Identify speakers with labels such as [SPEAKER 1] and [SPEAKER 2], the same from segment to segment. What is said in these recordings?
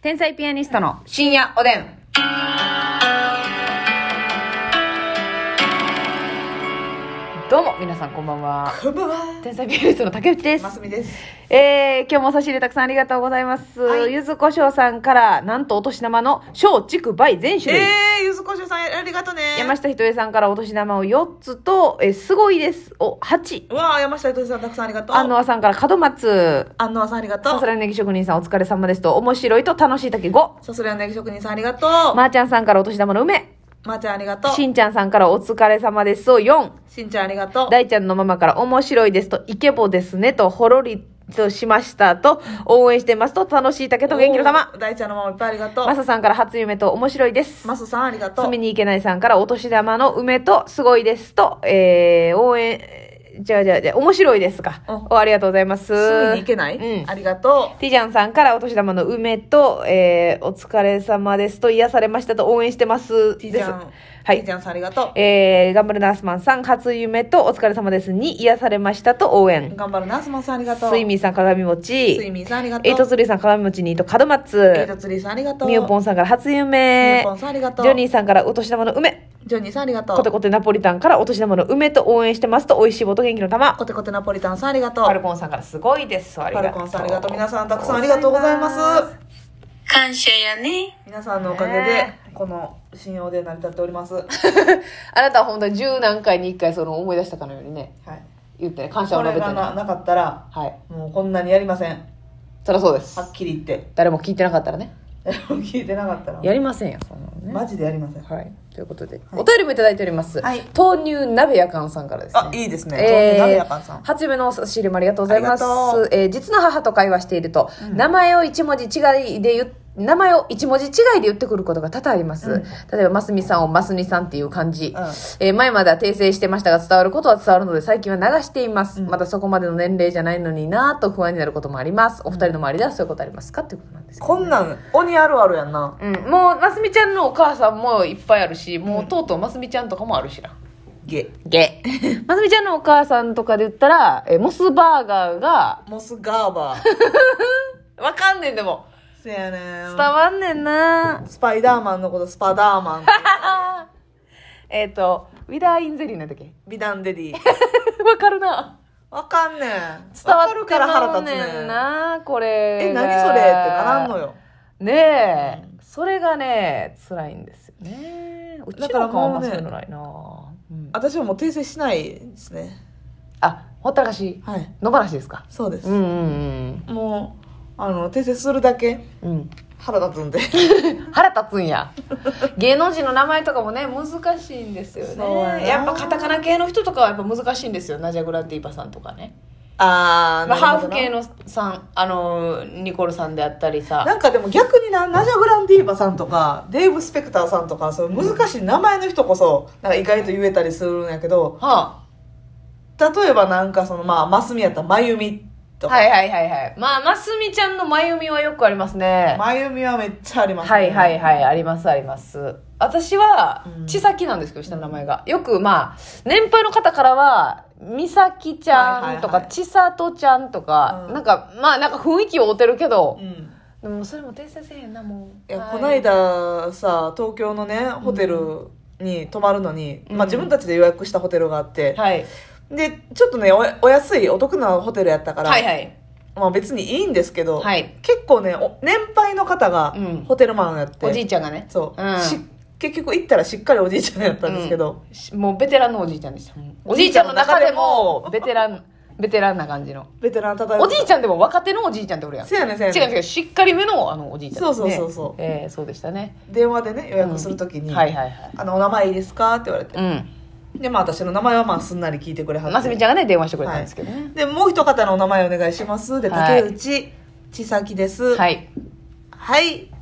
[SPEAKER 1] 天才ピアニストの深夜おでん。どうも、皆さんこんばんは。
[SPEAKER 2] こんばんは。
[SPEAKER 1] 天才ピアニストの竹内です
[SPEAKER 2] マ。スミです。
[SPEAKER 1] えー、今日もお差し入れたくさんありがとうございます。
[SPEAKER 2] はい
[SPEAKER 1] ゆずこしょうさんから、なんとお年玉の小竹梅全種
[SPEAKER 2] え
[SPEAKER 1] 類。
[SPEAKER 2] ー、ゆずこしょうさん、ありがとうね。
[SPEAKER 1] 山下ひとえさんからお年玉を4つと、えーすごいです。お、8。
[SPEAKER 2] うわあ、山下ひとりさん、たくさんありがとう。
[SPEAKER 1] 安野さんから門松。
[SPEAKER 2] 安野さん、ありがと
[SPEAKER 1] さ
[SPEAKER 2] う
[SPEAKER 1] す。らいネギ職人さんお疲れ様ですと、面白いと楽しい竹5。
[SPEAKER 2] さすらいの職人さん、ありがとう。
[SPEAKER 1] ま
[SPEAKER 2] ま
[SPEAKER 1] ーちゃんさんからお年玉の梅。
[SPEAKER 2] ーちゃん、ありがとう。
[SPEAKER 1] しんちゃんさんからお疲れ様ですと4。
[SPEAKER 2] しんちゃん、ありがとう。
[SPEAKER 1] 大ちゃんのママから面白いですと、イケボですねと、ほろりとしましたと、応援してますと、楽しい竹と元気の玉。
[SPEAKER 2] おー。大ちゃんのママ、いっぱいありがとう。
[SPEAKER 1] まささんから初夢と面白いです。
[SPEAKER 2] マスさん、ありがとう。
[SPEAKER 1] 住みに行けないさんからお年玉の梅と、すごいですと、えー、応援、えーじゃあじゃあじゃあ、面白いですか。
[SPEAKER 2] お
[SPEAKER 1] お、ありがとうございます。
[SPEAKER 2] 住みに行けない
[SPEAKER 1] うん
[SPEAKER 2] あ。りがと
[SPEAKER 1] ティジャンさんからお年玉の梅と、えー、お疲れ様ですと、癒されましたと、応援してます。
[SPEAKER 2] う。ティーち
[SPEAKER 1] で
[SPEAKER 2] ゃ
[SPEAKER 1] す
[SPEAKER 2] ん。
[SPEAKER 1] はい
[SPEAKER 2] ティーちゃんさん、ありがと
[SPEAKER 1] えー、頑張るナースマンさん、初夢と、お疲れ様ですに、癒されましたと、応
[SPEAKER 2] う。
[SPEAKER 1] 援。
[SPEAKER 2] 頑張るな、すまさん、ありがとう。
[SPEAKER 1] スイミーさん、鏡餅。
[SPEAKER 2] スイミーさん、ありがとう。
[SPEAKER 1] エイトツリーさん、鏡餅にと、門
[SPEAKER 2] えー
[SPEAKER 1] 松
[SPEAKER 2] と。つりさん、ありがとう。
[SPEAKER 1] みよぽんさんから初
[SPEAKER 2] み
[SPEAKER 1] 夢
[SPEAKER 2] よぽ。んさん、ありがとう。
[SPEAKER 1] ジョニー
[SPEAKER 2] ー。
[SPEAKER 1] さんからお年玉の梅。
[SPEAKER 2] ジョニーさん、ありがとう。
[SPEAKER 1] コテコテナポリタンからお年玉の梅と応援してますと、美味しい棒と元気の玉。
[SPEAKER 2] コテコテナポリタンさん、ありがとう。
[SPEAKER 1] パルコンさんからすごいです。ありがとう。
[SPEAKER 2] パルコンさんありがとう皆さんたくさんありがとうございます
[SPEAKER 3] 感謝やね。
[SPEAKER 2] 皆さんのおかげで
[SPEAKER 1] ね
[SPEAKER 2] この信用で成り立っておりますはい
[SPEAKER 1] あなたは本当に十何回に一回その思い出したかのようにね、言ってね、感謝
[SPEAKER 2] こ
[SPEAKER 1] を述
[SPEAKER 2] れ
[SPEAKER 1] べて
[SPEAKER 2] が
[SPEAKER 1] ね。
[SPEAKER 2] ななかったら
[SPEAKER 1] はい。
[SPEAKER 2] もうこんなにやりません
[SPEAKER 1] そりゃそうです
[SPEAKER 2] は。っきり言って
[SPEAKER 1] 誰も聞いてなかったらね。
[SPEAKER 2] 聞いてなかったら
[SPEAKER 1] やりませんよ、そんなのね。
[SPEAKER 2] マジでやりません
[SPEAKER 1] はい。ということで、お便りもいただいております。
[SPEAKER 2] はい
[SPEAKER 1] 豆乳鍋やかんさんからですね。
[SPEAKER 2] あいいですね豆
[SPEAKER 1] え
[SPEAKER 2] 乳
[SPEAKER 1] ー
[SPEAKER 2] 鍋やかんさん
[SPEAKER 1] 初めのお差し入れもありがとうございます
[SPEAKER 2] ありが。
[SPEAKER 1] えー実の母と会話していると、名前を一文字違いで言っ名前を一文字違いで言ってくることが多々あります。例えば、ますみさんをますみさんっていう感じ。
[SPEAKER 2] ん
[SPEAKER 1] えー前までは訂正してましたが伝わることは伝わるので、最近は流しています。まだそこまでの年齢じゃないのになぁと不安になることもあります。お二人の周りではそういうことありますかっていうことなんですけど
[SPEAKER 2] こんなん鬼あるあるやんな
[SPEAKER 1] うん、もうますみちゃんのお母さんもいっぱいあるしもうとうとうますみちゃんとかもあるしな
[SPEAKER 2] ゲ
[SPEAKER 1] ゲ ますみちゃんのお母さんとかで言ったらえモスバーガーが
[SPEAKER 2] モスガーバー
[SPEAKER 1] わかんねんでも
[SPEAKER 2] せやね
[SPEAKER 1] 伝
[SPEAKER 2] ん
[SPEAKER 1] わんねんな
[SPEAKER 2] スパイダーマンのことスパダーマン
[SPEAKER 1] えっ、とウィダーインゼリーなんだっけ
[SPEAKER 2] 美男デディ
[SPEAKER 1] わかるな
[SPEAKER 2] わかんねん
[SPEAKER 1] 伝わ
[SPEAKER 2] わ
[SPEAKER 1] っ
[SPEAKER 2] かる
[SPEAKER 1] て
[SPEAKER 2] から
[SPEAKER 1] ま
[SPEAKER 2] 腹
[SPEAKER 1] う
[SPEAKER 2] 立つ
[SPEAKER 1] ね
[SPEAKER 2] ね
[SPEAKER 1] ん
[SPEAKER 2] ん
[SPEAKER 1] なこれ
[SPEAKER 2] え
[SPEAKER 1] が
[SPEAKER 2] 何それってならんのよ
[SPEAKER 1] ねえそれがね辛いんですよねうちの
[SPEAKER 2] だから
[SPEAKER 1] 子はあん
[SPEAKER 2] もう
[SPEAKER 1] ま
[SPEAKER 2] ね
[SPEAKER 1] そういうのないな、うん
[SPEAKER 2] 私はもう訂正しないですね
[SPEAKER 1] あほったらかし
[SPEAKER 2] はい
[SPEAKER 1] 野放しですか
[SPEAKER 2] そうです
[SPEAKER 1] うんうん
[SPEAKER 2] もうあの訂正するだけ
[SPEAKER 1] うんうん
[SPEAKER 2] 腹立つんで
[SPEAKER 1] 腹立つんや芸能人の名前とかもね難しいんですよ
[SPEAKER 2] そうやな
[SPEAKER 1] ねやっぱカタカナ系の人とかはやっぱ難しいんですよナジャ・グランディーバさんとかね、
[SPEAKER 2] あ
[SPEAKER 1] まあ、ハーフ系
[SPEAKER 2] の
[SPEAKER 1] のさんあのニコルさんであったりさ
[SPEAKER 2] なんかでも逆になナジャ・グランディーバさんとかデーブ・スペクターさんとかそういう難しい名前の人こそなんか意外と言えたりするんやけど
[SPEAKER 1] は
[SPEAKER 2] 例えばなんかそのまあマスミやったら「まゆみ」
[SPEAKER 1] あ、
[SPEAKER 2] とか
[SPEAKER 1] はいはいはいはいまあますみちゃんのまゆみはよくあります
[SPEAKER 2] 「
[SPEAKER 1] ね
[SPEAKER 2] まゆみ」はめっちゃありますね
[SPEAKER 1] はいはいはいありますあります私は
[SPEAKER 2] うん
[SPEAKER 1] 千咲なんですけど下の名前がよくまあ年配の方からは美咲ちゃんと
[SPEAKER 2] はいはい
[SPEAKER 1] か
[SPEAKER 2] はい
[SPEAKER 1] 千里ちゃんとか
[SPEAKER 2] うん
[SPEAKER 1] なんかまあなんか雰囲気を追ってるけど
[SPEAKER 2] うん
[SPEAKER 1] でもそれも訂正せえへんなもう
[SPEAKER 2] いや、
[SPEAKER 1] は
[SPEAKER 2] こないださ東京のねホテルに泊まるのに、まあ、自分たちで予約したホテルがあって、
[SPEAKER 1] はい
[SPEAKER 2] でちょっとねおお安いお得なホテルやったから、
[SPEAKER 1] はいはい
[SPEAKER 2] まあ、別にいいんですけど、
[SPEAKER 1] はい
[SPEAKER 2] 結構ねお年配の方が
[SPEAKER 1] うん
[SPEAKER 2] ホテルマンやって、
[SPEAKER 1] おじいちゃんがね
[SPEAKER 2] そう、
[SPEAKER 1] ん
[SPEAKER 2] し結局行ったらしっかりおじいちゃんやったんですけど、
[SPEAKER 1] しもうベテランのおじいちゃんでしたおじいちゃんの中でもベテランベテランな感じの
[SPEAKER 2] ベテランたた
[SPEAKER 1] おじいちゃんでも若手のおじいちゃんって俺やん
[SPEAKER 2] せやねんせ
[SPEAKER 1] 違
[SPEAKER 2] や
[SPEAKER 1] う違
[SPEAKER 2] ね
[SPEAKER 1] うしっかりめのあのおじいちゃんですね
[SPEAKER 2] そうそうそうそう
[SPEAKER 1] ええそうでしたね
[SPEAKER 2] ん電話でね予約するときに、
[SPEAKER 1] うんはいはいはい
[SPEAKER 2] あの「お名前いいですか?」って言われて、
[SPEAKER 1] うん
[SPEAKER 2] でまあ私の名前はまあすんなり聞いてくれはって
[SPEAKER 1] ますみちゃんがね電話してくれたんですけどね
[SPEAKER 2] でもう一方のお名前お願いしますで
[SPEAKER 1] はい
[SPEAKER 2] 竹内千咲です、
[SPEAKER 1] はいい
[SPEAKER 2] はい、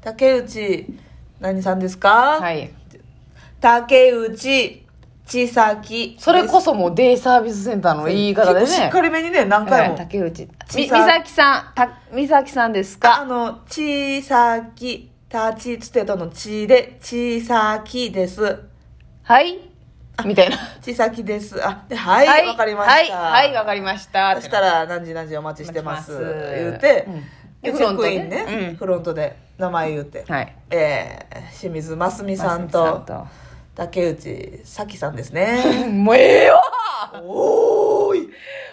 [SPEAKER 2] 竹内何さんですか、
[SPEAKER 1] はい
[SPEAKER 2] 竹内千咲
[SPEAKER 1] それこ
[SPEAKER 2] そ
[SPEAKER 1] そもうデイサービスセンターの言い方でね
[SPEAKER 2] 結構しっかりめにね何
[SPEAKER 1] は
[SPEAKER 2] 回も、
[SPEAKER 1] い竹内み
[SPEAKER 2] ち
[SPEAKER 1] 美
[SPEAKER 2] さ
[SPEAKER 1] 咲さんた美咲さんです
[SPEAKER 2] あ
[SPEAKER 1] か
[SPEAKER 2] の、ちさき、たちつてとのちで、ちさきです。
[SPEAKER 1] はいみたいな
[SPEAKER 2] ちさきです。あ、で、はい、わ、かりました。
[SPEAKER 1] はい、はい、わかりました。
[SPEAKER 2] そしたら、何時何時お待ちしてます。
[SPEAKER 1] お待ちしてます
[SPEAKER 2] 言うて、
[SPEAKER 1] うん
[SPEAKER 2] で
[SPEAKER 1] フ
[SPEAKER 2] チェ
[SPEAKER 1] ロン
[SPEAKER 2] ッ
[SPEAKER 1] ト
[SPEAKER 2] ク
[SPEAKER 1] で
[SPEAKER 2] インね、
[SPEAKER 1] うん
[SPEAKER 2] フロントで名前言って、
[SPEAKER 1] はい
[SPEAKER 2] えー清水真澄さん
[SPEAKER 1] ますみ
[SPEAKER 2] と竹内咲さんです ね
[SPEAKER 1] さんともうええよ
[SPEAKER 2] おーい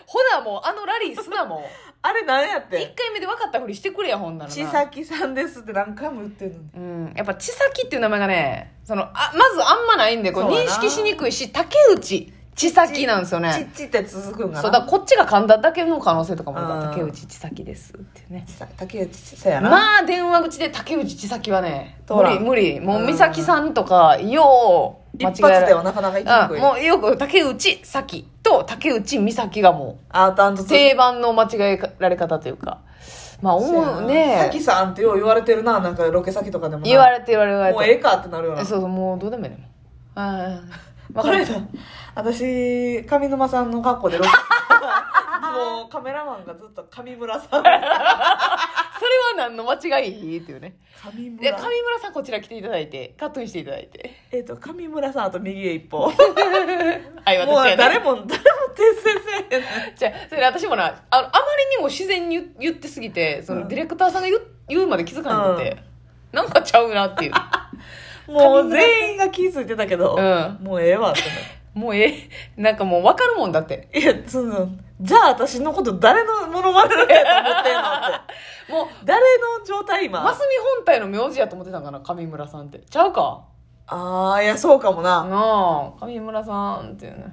[SPEAKER 1] ほなもうあのラリーすなも う
[SPEAKER 2] あれ何やっ
[SPEAKER 1] 1
[SPEAKER 2] て
[SPEAKER 1] 回目で分かったふりしてくれやほんならな
[SPEAKER 2] 千咲さんですって何回も言ってるのに
[SPEAKER 1] うん、やっぱ千咲っていう名前がねそのあまずあんまないんでこれ
[SPEAKER 2] そうや
[SPEAKER 1] 認
[SPEAKER 2] な
[SPEAKER 1] 識しにくいし竹内千咲なんですよ
[SPEAKER 2] ち
[SPEAKER 1] ね
[SPEAKER 2] っちって続くんかな
[SPEAKER 1] そうだからこっちが噛んだだけの可能性とかもあるから
[SPEAKER 2] うん
[SPEAKER 1] 竹内千咲ですってね
[SPEAKER 2] ちさ竹内さやな、
[SPEAKER 1] まあ電話口で竹内千咲はね
[SPEAKER 2] 通
[SPEAKER 1] 無
[SPEAKER 2] ら
[SPEAKER 1] 理
[SPEAKER 2] ん
[SPEAKER 1] 無理もう
[SPEAKER 2] うん
[SPEAKER 1] 美咲さんとかよう
[SPEAKER 2] 一
[SPEAKER 1] 間
[SPEAKER 2] 発
[SPEAKER 1] 違え
[SPEAKER 2] で
[SPEAKER 1] ら
[SPEAKER 2] はなかなか行きに
[SPEAKER 1] う
[SPEAKER 2] く
[SPEAKER 1] ん
[SPEAKER 2] い、
[SPEAKER 1] もうよく竹内咲と竹内美咲がも
[SPEAKER 2] あーたんと
[SPEAKER 1] う定番の間違えられ方というかまあ思う
[SPEAKER 2] さき
[SPEAKER 1] ね
[SPEAKER 2] さんってよう言われてるななんかロケ先とかでもな
[SPEAKER 1] 言われて言われ言われて
[SPEAKER 2] もうええかってなるよな
[SPEAKER 1] そうそうもうどうでもいいねもうああ
[SPEAKER 2] これだ私上沼さんの格 好でロケもうカメラマンがずっと上村 さ
[SPEAKER 1] そ
[SPEAKER 2] ん
[SPEAKER 1] れは何の間違いっていうね
[SPEAKER 2] 上
[SPEAKER 1] で上
[SPEAKER 2] 村
[SPEAKER 1] 村さんこちら来ていただいてカットインしていただいて
[SPEAKER 2] えっ、と上村さんあと右へ一 歩もう
[SPEAKER 1] はい私がね
[SPEAKER 2] 誰も誰も訂正せえへん
[SPEAKER 1] じゃあそれ私もなああまりにも自然に言言ってすぎてそのディレクターさんが言う言うまで気づかなくて、なんかちゃうなっていう
[SPEAKER 2] もう全員が気づいてたけど、
[SPEAKER 1] う
[SPEAKER 2] もうええわって
[SPEAKER 1] もうええなんかもう分かるもんだって
[SPEAKER 2] なるいやそのじゃあ私のこと誰のものまねだったと思ってんの って
[SPEAKER 1] もう
[SPEAKER 2] 誰の状態今、
[SPEAKER 1] 真澄本体の名字やと思ってたんかな上村さんってちゃうか
[SPEAKER 2] ああいやそうかもな、
[SPEAKER 1] なあ上村さんっていうね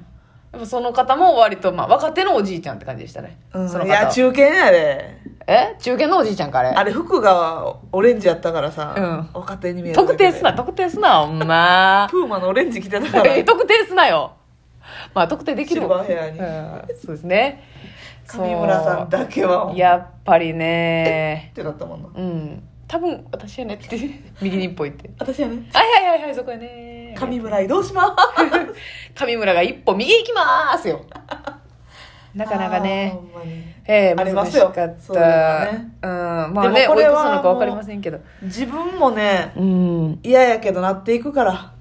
[SPEAKER 1] やっぱその方も割と、まあ、若手のおじいちゃんって感じでしたね、
[SPEAKER 2] うん、
[SPEAKER 1] その
[SPEAKER 2] い
[SPEAKER 1] 方
[SPEAKER 2] や
[SPEAKER 1] は
[SPEAKER 2] 中堅やで
[SPEAKER 1] え中堅のおじいちゃんかあれ
[SPEAKER 2] あれ服がオレンジやったからさ、
[SPEAKER 1] う
[SPEAKER 2] 若手に見えるだ
[SPEAKER 1] 特
[SPEAKER 2] けで
[SPEAKER 1] 定すな特定すなほん ま
[SPEAKER 2] プーマのオレンジ着てたから
[SPEAKER 1] え 特定すなよまあ特定でき
[SPEAKER 2] シ
[SPEAKER 1] る
[SPEAKER 2] ル
[SPEAKER 1] もん
[SPEAKER 2] バーヘアに
[SPEAKER 1] うんそうですね
[SPEAKER 2] 上村さんだけは
[SPEAKER 1] そう
[SPEAKER 2] っ
[SPEAKER 1] やっぱりね
[SPEAKER 2] てなったもんな
[SPEAKER 1] うん多分私やねって 右に一歩行って
[SPEAKER 2] 私はね
[SPEAKER 1] はいはいはいはいそこやね
[SPEAKER 2] 上村移動します
[SPEAKER 1] 上村が一歩右行きますよ なかなか
[SPEAKER 2] あー
[SPEAKER 1] ね
[SPEAKER 2] ほんまに
[SPEAKER 1] ええ
[SPEAKER 2] ありま
[SPEAKER 1] 難
[SPEAKER 2] す
[SPEAKER 1] し
[SPEAKER 2] よ
[SPEAKER 1] かった
[SPEAKER 2] そういうのはね
[SPEAKER 1] うんまあね
[SPEAKER 2] でも
[SPEAKER 1] お
[SPEAKER 2] こ
[SPEAKER 1] いく
[SPEAKER 2] れ
[SPEAKER 1] つ
[SPEAKER 2] は
[SPEAKER 1] なのか分かりませんけど
[SPEAKER 2] 自分もね
[SPEAKER 1] うん
[SPEAKER 2] 嫌やけどなっていくから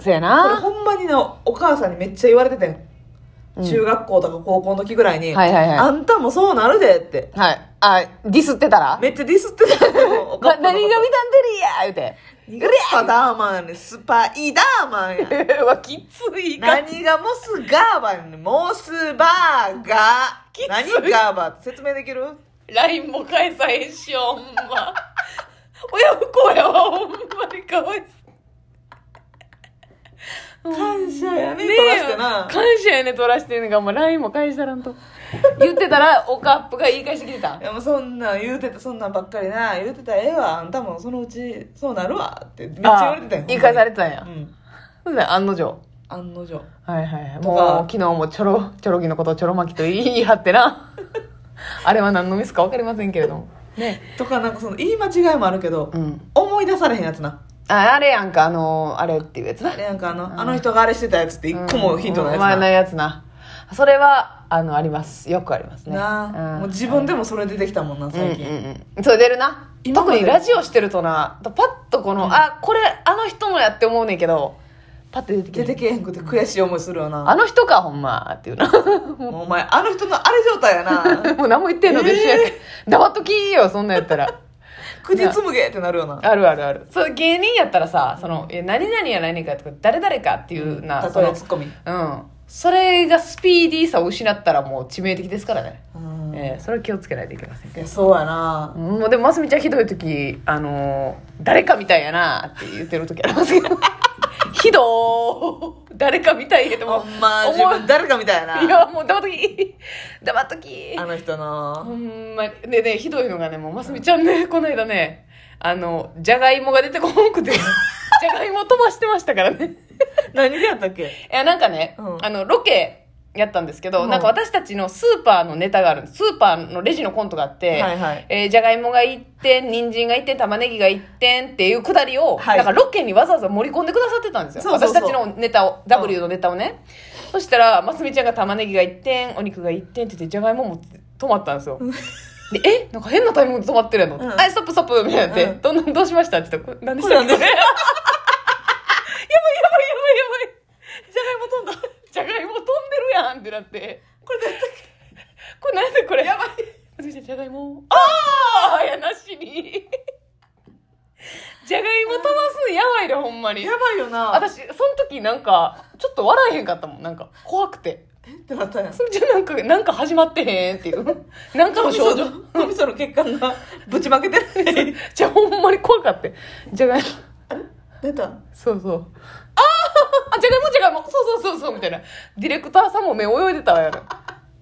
[SPEAKER 1] そや
[SPEAKER 2] これ
[SPEAKER 1] な
[SPEAKER 2] ほんまにねお母さんにめっちゃ言われててん、
[SPEAKER 1] うん
[SPEAKER 2] 中学校とか高校の時ぐらいに、
[SPEAKER 1] はいはいはい
[SPEAKER 2] あんたもそうなるでって
[SPEAKER 1] はいあディスってたら
[SPEAKER 2] めっちゃディスってたのお 母
[SPEAKER 1] な
[SPEAKER 2] さんの
[SPEAKER 1] 何が見たんで
[SPEAKER 2] こ
[SPEAKER 1] る
[SPEAKER 2] と
[SPEAKER 1] や言うて
[SPEAKER 2] スパダーマンねスパイダーマ ンや
[SPEAKER 1] うわきついか
[SPEAKER 2] 何がモスガーバーねモスバーガ
[SPEAKER 1] きつい
[SPEAKER 2] ー何ガーバーって説明で きる
[SPEAKER 1] LINE も返さへんしほんま 親不孝やわほんまにかわいそう
[SPEAKER 2] 感謝やね
[SPEAKER 1] え
[SPEAKER 2] 取らしてな
[SPEAKER 1] 感謝やね取らしてんねんからもう LINE も返したらんと言ってたらおカップが言い返してきてた
[SPEAKER 2] いやもうそんなん言うてたそんなんばっかりな言うてたらええわあんたもそのうちそうなるわってめっちゃ言われてたよ
[SPEAKER 1] あ言い返され
[SPEAKER 2] て
[SPEAKER 1] てたんや
[SPEAKER 2] う、ん
[SPEAKER 1] そんで案の定
[SPEAKER 2] 案の定
[SPEAKER 1] はいはいはい
[SPEAKER 2] とか
[SPEAKER 1] もう昨日もちょろちょろぎのことをちょろ巻きと言い張って なあれは何のミスか分かりませんけれどもね
[SPEAKER 2] とかなんかその言い間違いもあるけど、
[SPEAKER 1] うん
[SPEAKER 2] 思い出されへんやつな
[SPEAKER 1] ああれやんかあのあれっていうやつな
[SPEAKER 2] あれなんかあのあの人があれしてたやつって一個もヒントないやつ
[SPEAKER 1] な
[SPEAKER 2] な,、
[SPEAKER 1] いないやつなそれはあのありますよくありますね
[SPEAKER 2] なあ
[SPEAKER 1] ん
[SPEAKER 2] もう自分でもそれ出てきたもんな最近、
[SPEAKER 1] うんうんうん、それ出るな
[SPEAKER 2] 今ま
[SPEAKER 1] 特
[SPEAKER 2] で
[SPEAKER 1] にラジオしてるとなパッとこの、あこれあの人のやって思うねんけどパッと出てき
[SPEAKER 2] 出
[SPEAKER 1] て
[SPEAKER 2] てけへんくて悔しい思いするよな
[SPEAKER 1] あの人かほんまっていうな も
[SPEAKER 2] もうお前あの人のあれ状態 やな
[SPEAKER 1] う何も言ってんので一緒やけど黙っときよそんなんやった ら
[SPEAKER 2] 口つむげってなるよな。
[SPEAKER 1] あるあるあるそう芸人やったらさその、え何々や何かとか誰々かっていうな、そ
[SPEAKER 2] 例え
[SPEAKER 1] の
[SPEAKER 2] ツッコミ。
[SPEAKER 1] うんそれがスピーディーさを失ったらもう致命的ですからね
[SPEAKER 2] うん
[SPEAKER 1] えーそれは気をつけないといけません
[SPEAKER 2] いやそうやな。
[SPEAKER 1] もうでもますみちゃんひどい時あのー誰かみたいやなって言ってる時ありますけ どひどー誰かみたいやとも
[SPEAKER 2] ほんま、
[SPEAKER 1] 思
[SPEAKER 2] 自分誰かみたい
[SPEAKER 1] い
[SPEAKER 2] な。
[SPEAKER 1] やもう黙っとき黙っとき
[SPEAKER 2] あの人
[SPEAKER 1] ほ
[SPEAKER 2] の。
[SPEAKER 1] んまにでねひどいのがねもうますみちゃんねこの間ねあのじゃがいもが出てこな くてじゃがいも飛ばしてましたからね
[SPEAKER 2] 何でやったっけ
[SPEAKER 1] いやなんかね、
[SPEAKER 2] うん
[SPEAKER 1] あのロケやったんですけど、
[SPEAKER 2] うん
[SPEAKER 1] なんか私たちのスーパーのネタがあるんですスーパーのレジのコントがあって、
[SPEAKER 2] はいはい
[SPEAKER 1] えーじゃがいもが1点人参が1点玉ねぎが1点っていうくだりを、
[SPEAKER 2] はい
[SPEAKER 1] なんかロケにわざわざ盛り込んでくださってたんですよ
[SPEAKER 2] そうそうそう
[SPEAKER 1] 私たちのネタを W のネタをね、そしたらますみちゃんが玉ねぎが1点お肉が1点って言ってじゃがいもも止まったんですよでえなんか変なタイミングで止まってるやの、
[SPEAKER 2] うん
[SPEAKER 1] あストップストップみたいになって、
[SPEAKER 2] うん
[SPEAKER 1] どんなどうしましたって言ったらこれ何でしたっけ
[SPEAKER 2] これなんで
[SPEAKER 1] やばいやばいやばいやばい
[SPEAKER 2] じゃがいも飛んだ。
[SPEAKER 1] じゃがいも飛んでるやんってなって
[SPEAKER 2] これだっ
[SPEAKER 1] これなんでこれやばいおじいちゃん、じゃがいも。ああやなしに。じゃがいも飛ばすのやばいで、ほんまに
[SPEAKER 2] や。ばいよな
[SPEAKER 1] 私、その時なんか、ちょっと笑えへんかったもん。なんか、怖くて。
[SPEAKER 2] えってなったやん
[SPEAKER 1] それじゃなんか、なんか始まってへんっていう。なんかの症状。
[SPEAKER 2] 脳みその血管がぶちまけてない
[SPEAKER 1] じゃあほんまに怖かった。じゃがいも。
[SPEAKER 2] 出た
[SPEAKER 1] そうそう。あーあ、じゃがいもじゃがいも、そうそうそうそう、みたいな。ディレクターさんも目泳いでたわやろ。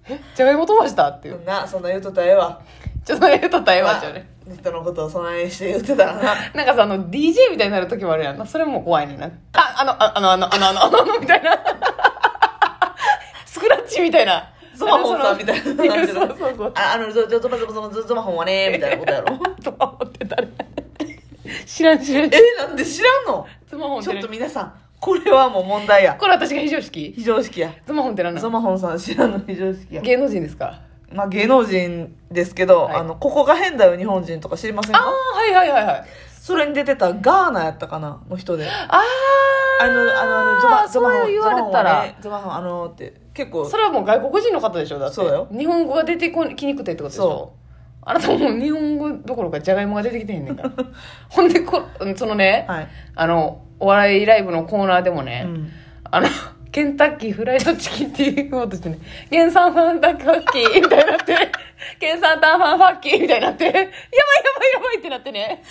[SPEAKER 1] え、じゃがいも飛ばしたっていう。
[SPEAKER 2] なそんな言うとったらええわ
[SPEAKER 1] ちょっと言うとったらええわじゃね。
[SPEAKER 2] 人のことをそないして言ってたらな
[SPEAKER 1] なんかさ、あの、DJ みたいになる時もあるやんな。それも怖いねんな。あ、あの、ああの、あの、あの、あの、あの、あのみたいな。スクラッチみたいな。
[SPEAKER 2] ゾマホンさんみたいな感じ
[SPEAKER 1] そ
[SPEAKER 2] の
[SPEAKER 1] うそうそう。
[SPEAKER 2] ああのゾゾゾマゾマゾマゾマホンはねみたいなことやろ
[SPEAKER 1] ゾマホンって誰知らん知らん。
[SPEAKER 2] えなんで知らんの
[SPEAKER 1] ゾマホンっ
[SPEAKER 2] ち
[SPEAKER 1] て
[SPEAKER 2] ょっ
[SPEAKER 1] ね
[SPEAKER 2] と皆さんこれはもう問題や
[SPEAKER 1] これ私が非常識
[SPEAKER 2] 非常識や
[SPEAKER 1] ゾマホンって何な
[SPEAKER 2] ゾ
[SPEAKER 1] の
[SPEAKER 2] マホンさん知らんの非常識や
[SPEAKER 1] 芸能人ですか
[SPEAKER 2] まあ芸能人ですけど、
[SPEAKER 1] はい
[SPEAKER 2] あのここが変だよ日本人とか知りません
[SPEAKER 1] あ
[SPEAKER 2] か
[SPEAKER 1] あ、はいはいはいはい。
[SPEAKER 2] それに出てたガーナやったかなの人であ
[SPEAKER 1] ああ
[SPEAKER 2] のあのあのゾマゾマホ
[SPEAKER 1] そう
[SPEAKER 2] ン
[SPEAKER 1] 言われたら
[SPEAKER 2] ゾマホンはねゾマホンあのーって結構
[SPEAKER 1] それはもう外国人の方でしょだって
[SPEAKER 2] そうだよ
[SPEAKER 1] 日本語が出てこきにくてってことでしょ
[SPEAKER 2] そ
[SPEAKER 1] あなたもう日本語どころかじゃがいもが出てきてへんねん からほんでこうんそのね、
[SPEAKER 2] はい、
[SPEAKER 1] あのお笑いライブのコーナーでもね、
[SPEAKER 2] うん、
[SPEAKER 1] あの ケンタッキーフライドチキンって言おうとしてね、ケンサンファンタッキーみたいになって、 ケンサンタンファンファッキーみたいになって、やばいやばいやばいってなってね、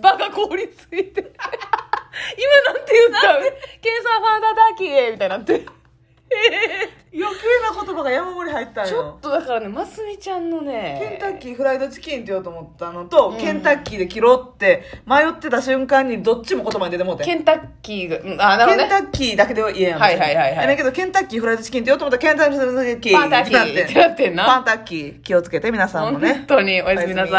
[SPEAKER 1] バカ凍りついて、今なんて言ったケンサンファンタタッキーみたいになって。
[SPEAKER 2] 余計な言葉が山盛り入ったん
[SPEAKER 1] ちょ
[SPEAKER 2] よ
[SPEAKER 1] っとだからね、ますみちゃんのね、
[SPEAKER 2] ケンタッキーフライドチキンって言おうと思ったのと、
[SPEAKER 1] ん
[SPEAKER 2] ケンタッキーで切ろうって迷ってた瞬間にどっちも言葉に出てもうて
[SPEAKER 1] ケンタッキーが、うんあ、なる
[SPEAKER 2] ケ
[SPEAKER 1] ほ
[SPEAKER 2] ン
[SPEAKER 1] ど
[SPEAKER 2] タ
[SPEAKER 1] ね。
[SPEAKER 2] ッキーだけで言えやん。
[SPEAKER 1] はいはいはいはい
[SPEAKER 2] だけど、ケンタッキーフライドチキンって言おうと思ったら、ケンタッキー
[SPEAKER 1] パンタッキーってなってんな
[SPEAKER 2] パンタッキー、気をつけて皆さんも
[SPEAKER 1] 本
[SPEAKER 2] ね。
[SPEAKER 1] 当におやすみなさい。